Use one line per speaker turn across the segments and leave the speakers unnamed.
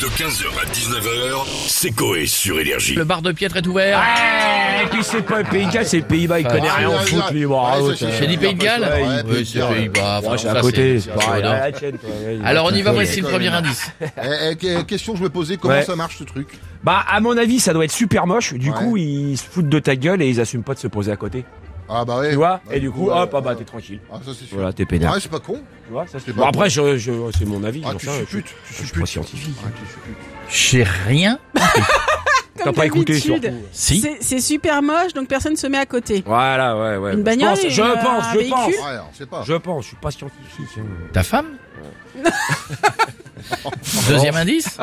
De 15h à 19h, c'est Coé sur Énergie.
Le bar de piètre est ouvert.
Ouais, et puis c'est pas le Pays de Galles, c'est le Pays-Bas, il connaît rien au foot, lui. bon, ah, ouais,
J'ai dit Pays de Galles
Ouais,
Oui, c'est Pays-Bas.
Moi,
enfin,
je suis à
ça,
côté,
c'est-
c'est pareil.
c'est-
Ah, la tienne, toi, ouais, il-
Alors on y va,
Ouais.
voici le premier indice.
Eh, eh, que- question que je me posais, comment
Ouais.
ça marche ce truc
Bah, à mon avis, ça doit être super moche. Du
Ouais.
coup, ils se foutent de ta gueule et ils assument pas de se poser à côté.
Ah bah ouais.
Tu vois
Bah,
Et du coup, hop,
euh,
ah bah, t'es tranquille.
Ah ça c'est sûr.
Voilà, t'es pédale.
Ah c'est pas con.
Tu vois, ça c'est
c'est
bon.
pas-
Après, je, je- c'est mon avis.
Ah
j'en
tu
sais rien,
supputes, tu
je suis pas
supputes.
scientifique.
Ah tu supputes.
J'ai rien.
T'as pas écouté,
d'habitude.
surtout.
Si.
C'est- C'est super moche, donc personne se met à côté.
Voilà, ouais, ouais.
Une
Je
bagnole
pense,
et
Je
un
pense, je
véhicule
pense.
Ouais, alors, c'est pas.
Je pense, je suis pas scientifique. hein.
Ta femme Deuxième indice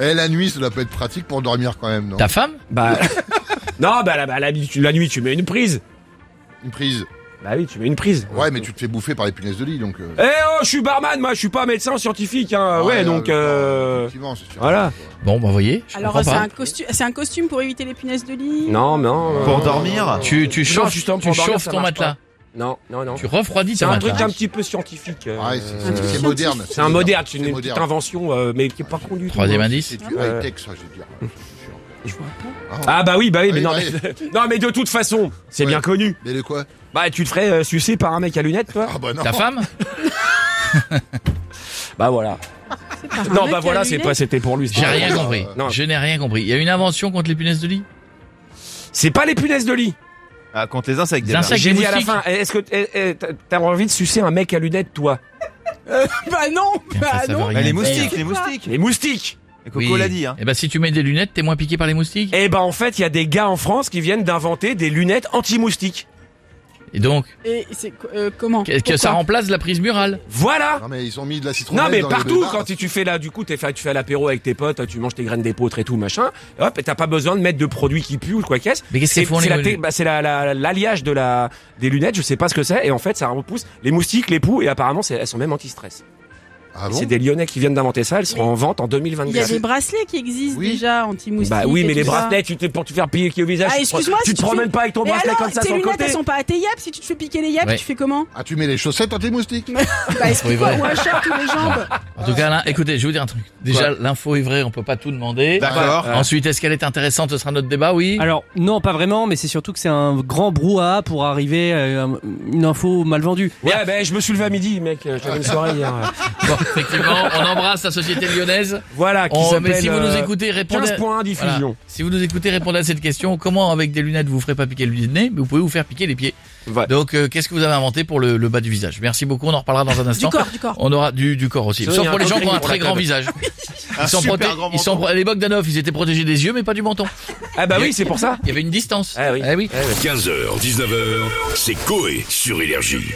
Eh la nuit, cela peut être pratique pour dormir quand même, non
Ta femme
Bah. non, bah, la, bah, la, nuit, tu- la nuit, tu mets une prise.
Une prise.
Bah oui, tu mets une prise.
Ouais, mais tu te fais bouffer par les punaises de lit donc. euh,
Eh oh, je suis barman, moi, je suis pas médecin scientifique, hein. ouais,
là,
donc,
bah,
euh...
effectivement, c'est sûr.
voilà.
Bon, bah voyez, je
Alors
comprends
c'est
pas.
un costume, c'est un costume pour éviter les punaises de lit.
Non, non. euh,
Pour
Ah,
dormir
Tu, tu
Non,
chauffes,
justement,
tu
pour dormir,
chauffes
ça
ton
marche
matelas,
Non, non, non.
tu refroidis
C'est
ton
un truc
matelas.
un petit peu scientifique. euh,
Ah, Ouais, c'est,
euh,
c'est- c'est moderne.
c'est un moderne, c'est une
C'est
petite
moderne.
invention, euh, mais qui est pas con du tout.
Troisième indice.
C'est du
Ouais.
high-tech, ça, je veux dire.
Euh.
C'est sûr.
Ah bah oui, bah oui, mais
Oui,
non,
bah
mais, non, mais de toute façon, c'est
Ouais.
bien connu.
Mais de quoi
Bah tu te ferais euh, sucer par un mec à lunettes, toi
Ah bah non.
Ta femme
Bah voilà.
Par un
Non, bah
mec qui a
voilà,
des
c'est
lunettes.
pas, c'était pour lui.
J'ai
Ah,
rien
non.
compris.
Non.
Je n'ai rien compris. Il y a une invention contre les punaises de lit
C'est pas les punaises de lit.
Ah, contre les insectes.
Les
déjà.
insectes. Avec
J'ai
des
dit à la fin.
moustiques.
Est-ce que eh, eh, t'as- t'as envie de sucer un mec à lunettes, toi
Bah non,
Enfin,
bah
Eh, ça veut
non.
rien
Bah, les
dire.
moustiques, les
C'est quoi
moustiques.
Les moustiques.
Et Coco
Oui.
l'a dit, hein.
Eh ben si tu mets des lunettes, t'es moins piqué par les moustiques.
Eh ben en fait, il y a des gars en France qui viennent d'inventer des lunettes anti-moustiques.
Et donc,
Et c'est euh, comment
que, que
Pourquoi
ça remplace la prise murale.
Voilà.
Non mais ils ont mis de la citronnelle.
Non mais
dans les
partout
bars.
quand tu tu fais là du coup t'es fait- tu fais l'apéro avec tes potes tu manges tes graines d'épeautre et tout machin et hop et t'as pas besoin de mettre de produits qui puent ou quoi qu'est-ce
Mais qu'est-ce
c'est
qu'ils font
c'est
les
la
moustiques
té- bah, c'est la- la- l'alliage de la des lunettes je sais pas ce que c'est et en fait ça repousse les moustiques les poux et apparemment c'est- elles sont même anti-stress
Ah bon
c'est des lyonnais qui viennent d'inventer ça elles seront en vente en
Il y a
2024
des bracelets qui existent
Oui.
déjà anti-moustiques.
bah oui
et
mais les
tout ça.
bracelets tu t'es pour te faire piller qui au visage
Ah,
tu te pro-
excuse-moi,
tu
si
te
tu
promènes
fais-
pas avec ton
Mais
bracelet
alors,
comme ça
tes
sur le
lunettes,
côté
elles sont pas à tes yaps. Si tu te fais piquer les yaps,
Ouais.
tu fais comment
Ah tu mets les chaussettes à tes moustiques.
Bah explique-moi,
vrai.
ou un short ou les jambes.
En
Ah,
tout cas, là, écoutez, je vais vous dire un truc. Déjà, l'info est vraie, on peut pas tout demander.
D'accord.
Ouais.
Ensuite, est-ce qu'elle est intéressante Ce sera notre débat, oui.
Alors non, pas vraiment, mais c'est surtout que c'est un grand brouhaha pour arriver à une info mal vendue.
ouais ben je me suis levé à midi mec j'avais une soirée hein. hier
Bon, effectivement, on embrasse la société lyonnaise.
voilà qui
On-
s'appelle
Oh, mais si vous nous
euh,
écoutez, répondez.
15
à-
points
Voilà.
diffusion
Si vous nous écoutez, répondez à cette question. Comment, avec des lunettes, vous ferez pas piquer le nez, mais vous pouvez vous faire piquer les pieds.
Ouais.
Donc, euh, qu'est-ce que vous avez inventé pour le, le bas du visage Merci beaucoup. On en reparlera dans un
Du
instant.
corps, du corps.
On aura du, du corps aussi.
Ça,
Sauf
il y a
pour
un
les gens qui ont un
coquelicot pour
très
la
grand
table.
visage. Ils
Un
sont
super
proté-
grand
ils sont
menton.
pro- à l'époque d'Anoff, ils étaient protégés des yeux, mais pas du menton.
ah bah oui c'est pour ça Eh
Il y avait une distance.
Ah oui.
Eh oui.
15h, 19h, c'est Coé sur Énergie.